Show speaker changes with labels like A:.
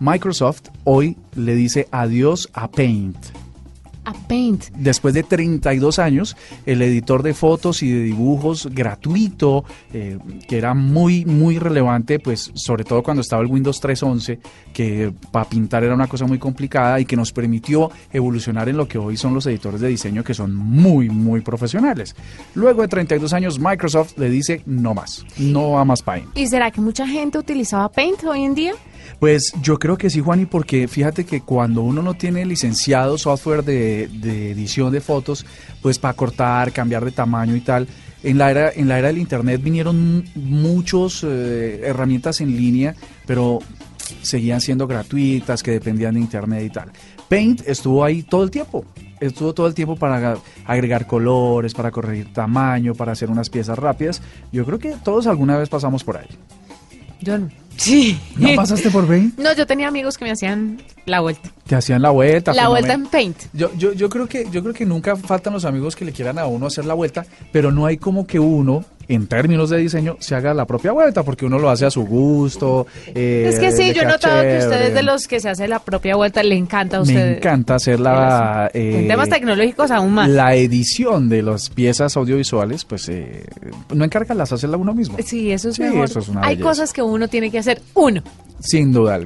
A: Microsoft hoy le dice adiós a Paint.
B: A Paint.
A: Después de 32 años, el editor de fotos y de dibujos gratuito, eh, que era muy, muy relevante, pues sobre todo cuando estaba el Windows 3.11, que para pintar era una cosa muy complicada y que nos permitió evolucionar en lo que hoy son los editores de diseño, que son muy, muy profesionales. Luego de 32 años, Microsoft le dice no más, no va más Paint.
B: ¿Y será que mucha gente utilizaba Paint hoy en día?
A: Pues yo creo que sí, Juani, porque fíjate que cuando uno no tiene licenciado software de, de, edición de fotos, pues para cortar, cambiar de tamaño y tal, en la era, en la era del Internet vinieron muchas eh, herramientas en línea, pero seguían siendo gratuitas, que dependían de Internet y tal. Paint estuvo ahí todo el tiempo. Estuvo todo el tiempo para agregar colores, para corregir tamaño, para hacer unas piezas rápidas. Yo creo que todos alguna vez pasamos por ahí.
B: Yo no. Sí.
A: ¿No pasaste por Paint?
B: No, yo tenía amigos que me hacían la vuelta.
A: Te hacían la vuelta.
B: La vuelta en Paint.
A: Yo, yo, yo, creo que, yo creo que nunca faltan los amigos que le quieran a uno hacer la vuelta, pero no hay como que uno, en términos de diseño, se haga la propia vuelta, porque uno lo hace a su gusto. Eh,
B: es que sí, yo he notado chévere. que ustedes de los que se hace la propia vuelta, le encanta a ustedes.
A: Me encanta hacer la...
B: Eh, en temas tecnológicos aún más.
A: La edición de las piezas audiovisuales, pues eh, no encarga las hacerla uno mismo.
B: Sí, eso es sí, mejor. Eso es una hay belleza. cosas que uno tiene que hacer uno.
A: Sin duda